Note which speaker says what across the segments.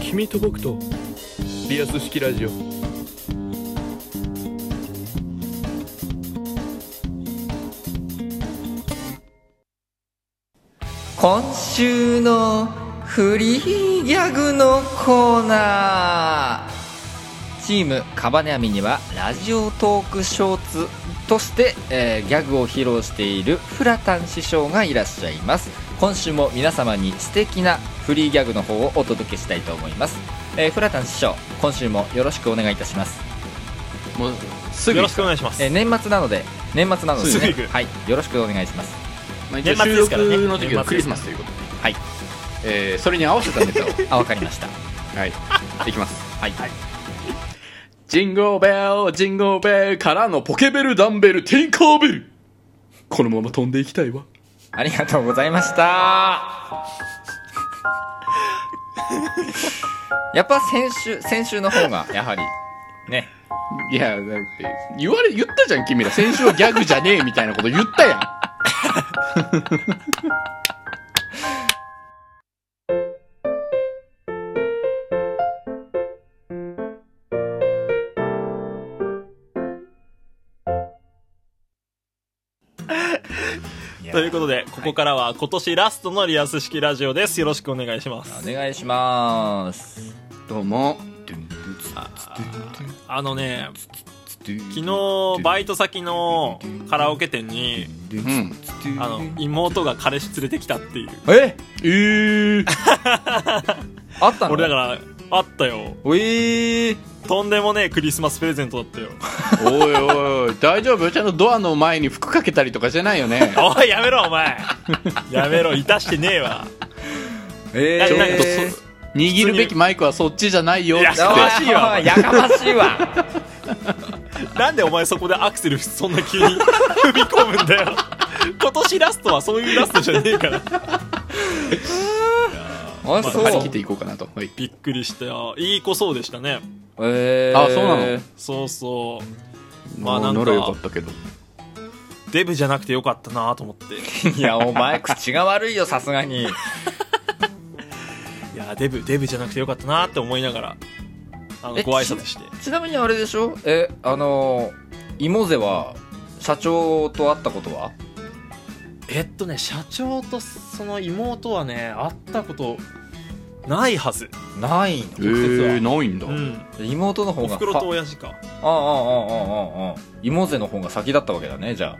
Speaker 1: 君と僕とリアス式ラジオ
Speaker 2: 今週のフリーギャグのコーナーチームカバネアミにはラジオトークショーツとして、えーギャグを披露しているフラタン師匠がいらっしゃいます今週も皆様に素敵なフリーギャグの方をお届けしたいと思います、えーフラタン師匠今週もよろしくお願いいたします、
Speaker 3: もうすぐ
Speaker 4: よ
Speaker 3: 行
Speaker 4: ろ
Speaker 3: く
Speaker 4: しくお願いします
Speaker 2: えー年末なので年末なので、ね、
Speaker 4: すぐ行く
Speaker 2: はいよろしくお願いします
Speaker 3: まあ、
Speaker 4: 年末
Speaker 3: 収
Speaker 4: です
Speaker 3: 録
Speaker 4: からね
Speaker 3: の時はクリスマスということで、
Speaker 2: はい
Speaker 3: えーそれに合わせたネタを
Speaker 2: あわかりました
Speaker 3: はいいきます
Speaker 2: はい、はい、
Speaker 3: ジンゴーベルジンゴーベルからのポケベルダンベルティンカーベルこのまま飛んでいきたいわ
Speaker 2: ありがとうございました。 やっぱ先週、先週の方が、やはり、ね。
Speaker 3: いやだって言われ言ったじゃん君ら先週はギャグじゃねえみたいなこと言ったやん
Speaker 4: ということでここからは今年ラストのリアス式ラジオですよろしくお願いします
Speaker 2: お願いします。
Speaker 3: どうも
Speaker 4: あのね昨日バイト先のカラオケ店に
Speaker 3: うん
Speaker 4: あの妹が彼氏連れてきたっていう
Speaker 2: え
Speaker 3: えー、
Speaker 2: あったの
Speaker 4: 俺だからあったよ
Speaker 2: おえー、
Speaker 4: とんでもねえクリスマスプレゼントだったよ
Speaker 3: おいおいおい大丈夫ちゃんとドアの前に服かけたりとかしてないよね
Speaker 4: おいやめろお前 やめろいたしてねえわ
Speaker 2: え
Speaker 4: ちょっと
Speaker 2: ー、
Speaker 3: そ握るべきマイクはそっちじゃないよって
Speaker 4: いややかましいわ
Speaker 2: やかましい わ。
Speaker 4: なんでお前そこでアクセルそんな急に 踏み込むんだよ今年ラストはそういうラストじゃねえから
Speaker 2: あ、
Speaker 3: ちょっと
Speaker 2: そ
Speaker 3: 張り切っ
Speaker 2: う
Speaker 3: て。いこうかなと、はい、
Speaker 4: びっくりしたよいい子そうでしたね
Speaker 2: えー、
Speaker 3: あそうなの
Speaker 4: そうそうまあ
Speaker 3: あ
Speaker 4: なんか
Speaker 3: ならよかったけど
Speaker 4: デブじゃなくてよかったなと思って
Speaker 2: いや、お前、口が悪いよ、さすがに。
Speaker 4: いやデブデブじゃなくてよかったなって思いながらあの
Speaker 2: え
Speaker 4: ご挨拶して
Speaker 2: ちなみにあれでしょえ、あの、イモゼは、社長と会ったことは
Speaker 4: えっとね社長とその妹はね会ったことないはず
Speaker 2: ない
Speaker 3: え
Speaker 4: 接は
Speaker 3: ー、ないんだ、
Speaker 4: うん
Speaker 2: の。妹の方
Speaker 4: お
Speaker 2: が、
Speaker 4: ふくろと親父か
Speaker 2: ああああああああ芋勢の方が先だったわけだねじゃ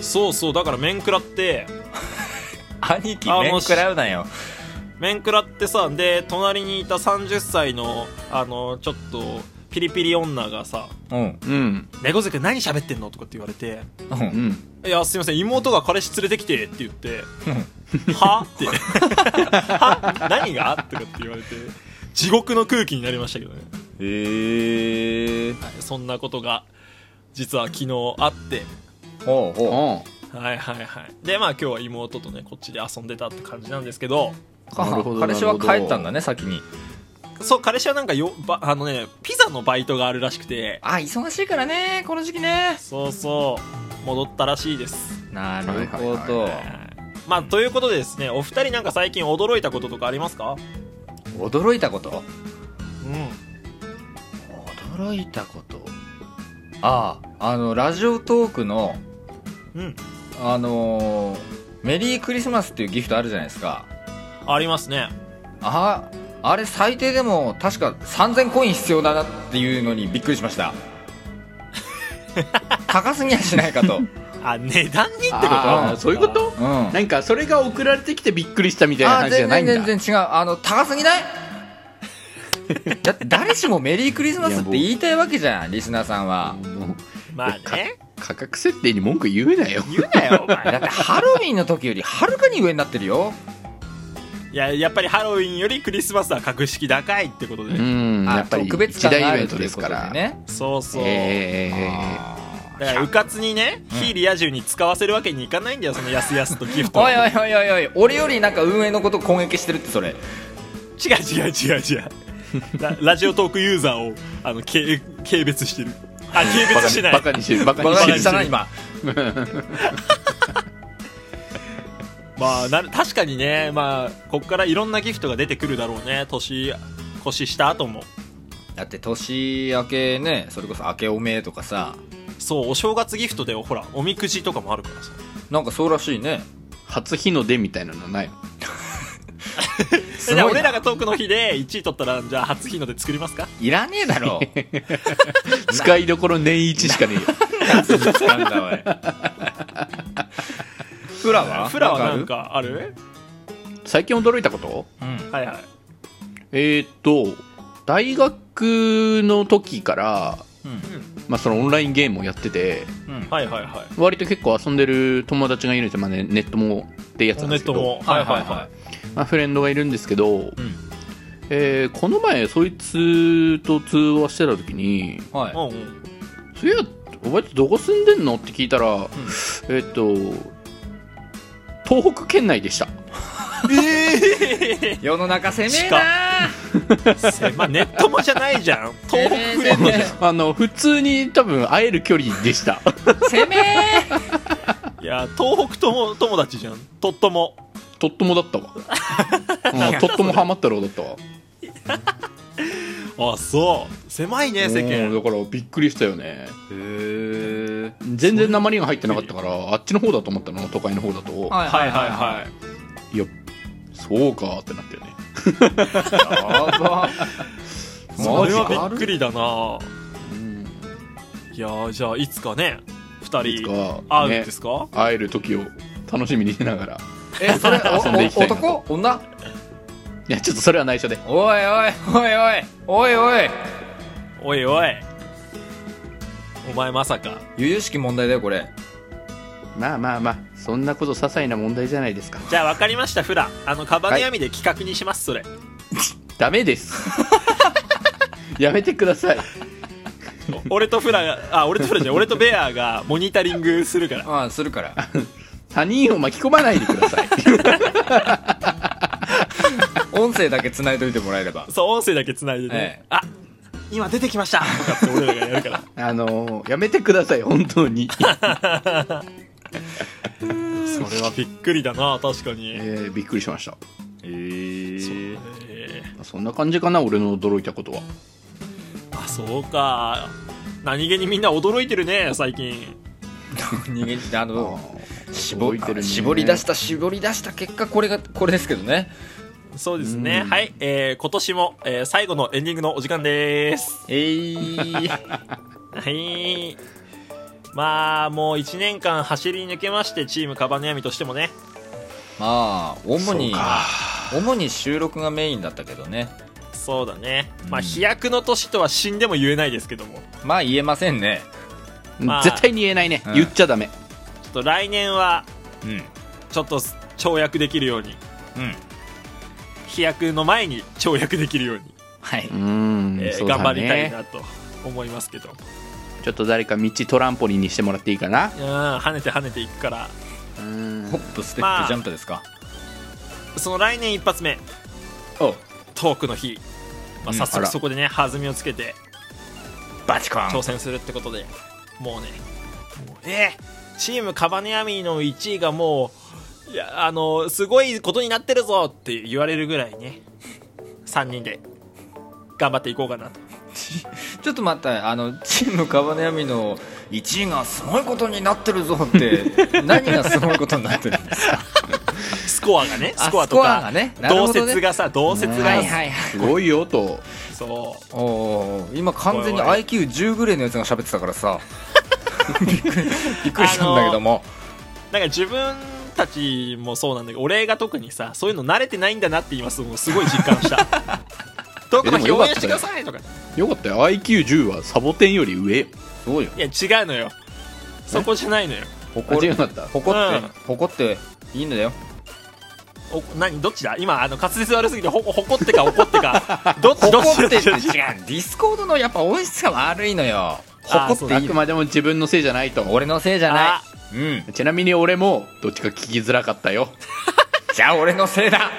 Speaker 4: そうそうだから面食らって
Speaker 2: あ兄貴
Speaker 4: あ
Speaker 2: 面
Speaker 4: もう
Speaker 2: 食らうなよ
Speaker 4: 面食らってさで隣にいた30歳のあのちょっとピリピリ女がさ
Speaker 2: うん
Speaker 3: うん
Speaker 4: 「猫背君何喋ってんの?」とかって言われて
Speaker 2: う
Speaker 3: うんん
Speaker 4: 「いやすいません妹が彼氏連れてきて」って言って「は?」っては「何が?」とかって言われて地獄の空気になりましたけどね
Speaker 2: へえ
Speaker 4: はいそんなことが実は昨日あって
Speaker 2: ほうほ
Speaker 3: あ
Speaker 4: はいはいはいでまあ今日は妹とねこっちで遊んでたって感じなんですけど
Speaker 2: う
Speaker 3: なるほど
Speaker 2: 彼氏は帰ったんだね先に
Speaker 4: そう彼氏はなんかよばあのねピザのバイトがあるらしくて
Speaker 2: あ忙しいからねこの時期ね
Speaker 4: そうそう戻ったらしいです
Speaker 2: なるほど、
Speaker 3: はいはいは
Speaker 4: はいまあということでですねお二人なんか最近驚いたこととかありますか
Speaker 2: 驚いたこと
Speaker 4: うん
Speaker 2: 驚いたことあああのラジオトークの
Speaker 4: うん
Speaker 2: あのーメリークリスマスっていうギフトあるじゃないですか
Speaker 4: ありますね
Speaker 2: ああれ最低でも確か3000コイン必要だなっていうのにびっくりしました 高すぎやしないかと、うん、
Speaker 4: あ値段にってこと
Speaker 3: あーそういうこと
Speaker 2: あ
Speaker 3: なんかそれが送られてきてびっくりしたみたいな
Speaker 2: ー
Speaker 3: 話じゃ
Speaker 2: 全
Speaker 3: ないん
Speaker 2: 然
Speaker 3: だ
Speaker 2: 全然違うあの高すぎ ないだって誰しもメリークリスマスって言いたいわけじゃんリスナーさんは
Speaker 3: もう
Speaker 4: まあね
Speaker 3: 価格設定に文句言うなよ
Speaker 4: 言うなよお前
Speaker 2: だってハロウィンの時よりはるかに上になってるよ
Speaker 4: いややっぱりハロウィンよりクリスマスは格式高いってことで、
Speaker 3: うん
Speaker 2: あ
Speaker 3: やっぱり
Speaker 2: 特別
Speaker 3: 一
Speaker 2: 感があ
Speaker 3: 大イベ
Speaker 2: る
Speaker 3: ント
Speaker 2: とい
Speaker 3: で
Speaker 2: う
Speaker 3: す
Speaker 2: こ
Speaker 3: か
Speaker 2: とで
Speaker 3: ら
Speaker 2: ね
Speaker 4: そうそう、
Speaker 3: えー
Speaker 4: だからうかつにね非リア充に使わせるわけにいかないんだよそのやすやすとギフトを
Speaker 2: おいおいおいおいおい俺よりなんか運営のこと攻撃してるってそれ
Speaker 4: 違う違う違う違うララジオトークユーザーをあの軽軽蔑してるあ軽蔑してない
Speaker 3: バカにしてるバカ
Speaker 2: バ
Speaker 3: に
Speaker 2: カ
Speaker 3: して
Speaker 2: に
Speaker 3: る
Speaker 2: したな今
Speaker 4: まあな確かにねまあこっからいろんなギフトが出てくるだろうね年年下後も
Speaker 2: だって年明けねそれこそ明けおめとかさ
Speaker 4: そうお正月ギフトでほらおみくじとかもあるからさ
Speaker 2: なんかそうらしいね
Speaker 3: 初日の出みたいなのないの
Speaker 2: す
Speaker 4: じゃあ
Speaker 2: ごい
Speaker 4: 俺
Speaker 2: な
Speaker 4: らがトークの日で1位取ったらじゃあ初日ので作りますか
Speaker 2: いらねえだ ろ
Speaker 3: 使いどころ年一しかねえよ
Speaker 2: なんだおい フラは
Speaker 4: フラはな
Speaker 2: なん
Speaker 4: ん
Speaker 2: か
Speaker 4: かある
Speaker 3: 最近驚いたこと
Speaker 2: あるうん
Speaker 4: はいはい
Speaker 3: えーっと大学の時から、
Speaker 2: うん
Speaker 3: まあ、そのオンラインゲームをやってて
Speaker 2: うん
Speaker 4: はいはいはい
Speaker 3: 割と結構遊んでる友達がいるんですよ、まあね、ネットもってやつなん
Speaker 4: ネ
Speaker 3: で
Speaker 4: ッ
Speaker 3: すけ
Speaker 4: ト
Speaker 3: ど、
Speaker 4: も
Speaker 2: はいはいはい
Speaker 3: まあ、フレンドがいるんですけど、
Speaker 2: ん
Speaker 3: えーこの前そいつと通話してた時に
Speaker 2: はい
Speaker 4: うんうん
Speaker 3: 「そういやお前どこ住んでんの?」って聞いたら、えーっと東北県内でした
Speaker 2: 世の中狭え
Speaker 4: し
Speaker 2: な
Speaker 4: せまあネットもじゃないじ ゃん東北フレンドじゃん
Speaker 3: あの普通に多分会える距離でした
Speaker 2: 攻めー
Speaker 4: いや東北とも友達じゃんとっとも
Speaker 3: とっともだったわ、うん、とっともハマったろうだったわ
Speaker 4: あそう狭いね
Speaker 3: う
Speaker 4: 世間
Speaker 3: んだからびっくりしたよね
Speaker 2: へ
Speaker 3: 全然鉛が入ってなかったからあっちの方だと思ったの都会の方だと
Speaker 2: はいはいはい
Speaker 4: はい
Speaker 3: いやそうかってなったよね
Speaker 2: やば
Speaker 4: それ
Speaker 3: マジ
Speaker 4: は
Speaker 3: か
Speaker 4: びっくりだな
Speaker 3: うん
Speaker 4: いやーじゃあいつかね2
Speaker 3: いつ
Speaker 4: 人
Speaker 3: か
Speaker 4: 会うん
Speaker 3: ね
Speaker 4: ですか
Speaker 3: 会える時を楽しみにしながら
Speaker 2: えそれ
Speaker 3: 遊んでいきた
Speaker 2: おお
Speaker 3: いなと
Speaker 2: 男女
Speaker 3: いやちょっとそれは内緒で
Speaker 2: おいおいおいおいおいおい
Speaker 4: おいおいお前まさか
Speaker 2: 由々しき問題だよこれ
Speaker 3: まあまあまあそんなこと些細な問題じゃないですか
Speaker 4: じゃあ分かりましたフラあのカバネ闇で企画にしま すそれ
Speaker 3: ダメ ですやめてください
Speaker 4: お俺とフラがあ俺とフラじゃない俺とベアがモニタリングするから
Speaker 2: ああするから
Speaker 3: 他人を巻き込まないでください
Speaker 2: 音声だけ繋いといてもらえれば
Speaker 4: そう音声だけつないでね、
Speaker 2: ええ
Speaker 4: あ今出てきましたとかって俺らがやる から
Speaker 3: あのやめてください本当 に、
Speaker 4: それはびっくりだな確かに、
Speaker 3: えーびっくりしました
Speaker 2: ええ
Speaker 4: え
Speaker 3: そんな感じかな俺の驚いたことは
Speaker 4: ーあそうか何気にみんな驚いてるね最近
Speaker 2: 逃げてあの絞
Speaker 3: 動いてるね
Speaker 2: 絞り出した絞り出した結果これがこれですけどね
Speaker 4: そうですね
Speaker 3: うん
Speaker 4: はい、えー今年も、えー最後のエンディングのお時間です
Speaker 2: え い
Speaker 4: はいまあもう1年間走り抜けましてチームカバネヤミとしてもね
Speaker 2: まあ主
Speaker 3: そう
Speaker 2: に
Speaker 3: か
Speaker 2: 主に収録がメインだったけどね
Speaker 4: そうだねまあ飛躍の年とは死んでも言えないですけども
Speaker 2: まあ言えませんね
Speaker 4: まあ
Speaker 3: 絶対に言えないね、
Speaker 2: うん
Speaker 3: 言っちゃダメ
Speaker 4: ちょっと来年は
Speaker 2: うん
Speaker 4: ちょっと跳躍できるように
Speaker 2: うん
Speaker 4: 飛躍の前に跳躍できるように、
Speaker 2: はいう
Speaker 3: ーん、
Speaker 4: えー
Speaker 3: そうだ
Speaker 4: 頑
Speaker 3: ね
Speaker 4: 張りたいなと思いますけど
Speaker 3: ちょっと誰か道トランポリンにしてもらっていいかな
Speaker 4: うん跳ねて跳ねていくから
Speaker 3: うーん
Speaker 2: ホップステッ
Speaker 4: まあ
Speaker 2: プジャンプですか、
Speaker 4: その来年一発目
Speaker 2: お
Speaker 4: トークの日、
Speaker 2: う
Speaker 4: まあ、
Speaker 2: ん
Speaker 4: 早
Speaker 3: あ
Speaker 4: 速
Speaker 3: ら
Speaker 4: そこでね弾みをつけて
Speaker 2: バチコン
Speaker 4: 挑戦するってことでもうねもうえーチームカバネアミの1位がもういやあのすごいことになってるぞって言われるぐらいね3人で頑張っていこうかなと
Speaker 2: ちょっと待ってあのチームカバネヤミの1位がすごいことになってる ぞって何がすごいことになってるんですか
Speaker 4: スコアがね
Speaker 2: あ
Speaker 4: スコアとか
Speaker 2: スコアがねなるほ
Speaker 4: 同
Speaker 2: どね
Speaker 4: 説がさ同説が、
Speaker 2: いはい
Speaker 3: すごいよと
Speaker 4: そう
Speaker 2: おお今完全に
Speaker 4: おいおい
Speaker 2: IQ10 ぐらいのやつが喋ってたから さびっくりびっくりしたんだけども
Speaker 4: なんか自分たちもそうなんだけど俺が特にさそういうの慣れてないんだなって今すごすごい実感した 特に応援してくださいとか
Speaker 3: よかったよ IQ10 はサボテンより上よ
Speaker 2: そうよ
Speaker 4: いや違うのよそこじゃないのよ
Speaker 2: 誇
Speaker 3: あ違
Speaker 2: り
Speaker 3: うかった
Speaker 2: 誇って、
Speaker 4: うん
Speaker 2: 誇っていいんだよ
Speaker 4: お何どっちだ今あの滑舌悪すぎてほ誇ってか怒っ てかどっちどっち
Speaker 2: 誇ってって違うデ
Speaker 4: どっち
Speaker 2: ィスコードのやっぱ音質が悪いのよ
Speaker 4: あー
Speaker 2: 誇って
Speaker 3: あ
Speaker 2: いい
Speaker 3: く
Speaker 2: の
Speaker 3: までも自分のせいじゃないと
Speaker 2: 俺のせいじゃ
Speaker 4: あ
Speaker 2: ないうん
Speaker 3: ちなみに俺もどっちか聞きづらかったよ
Speaker 2: じゃあ俺のせい だ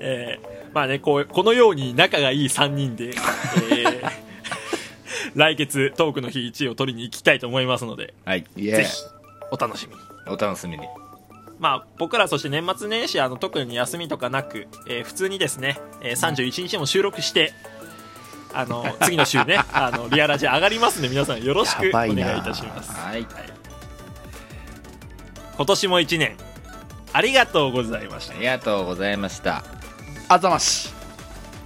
Speaker 4: えーまあねこうこのように仲がいい3人で、え ー来月トークの日1位を取りに行きたいと思いますので
Speaker 2: はい
Speaker 3: イエー
Speaker 4: ぜ
Speaker 3: イ
Speaker 4: ひお楽しみに
Speaker 2: お楽しみに
Speaker 4: まあ、僕らそして年末年始あの特に休みとかなく、えー普通にですね、えー31日も収録してあ の次の週ねあのリアラジ上がりますんで皆さんよろしくお
Speaker 1: やば
Speaker 4: 願い
Speaker 1: い
Speaker 4: い
Speaker 1: な
Speaker 4: たします
Speaker 2: はい
Speaker 4: 今年も1年ありがとうございました
Speaker 2: ありがとうございました
Speaker 3: あざまし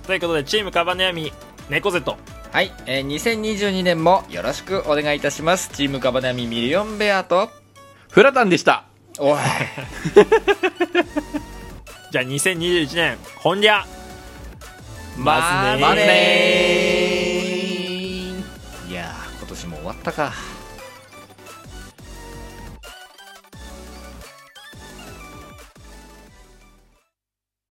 Speaker 4: ということでチームカバネアミ猫背と
Speaker 2: はい、えー2022年もよろしくお願いいたしますチームカバナミミリオンベアと
Speaker 3: フラタンでした
Speaker 2: おい
Speaker 4: じゃあ2021年ほんりゃまずね
Speaker 2: まずねいやー今年も終わったか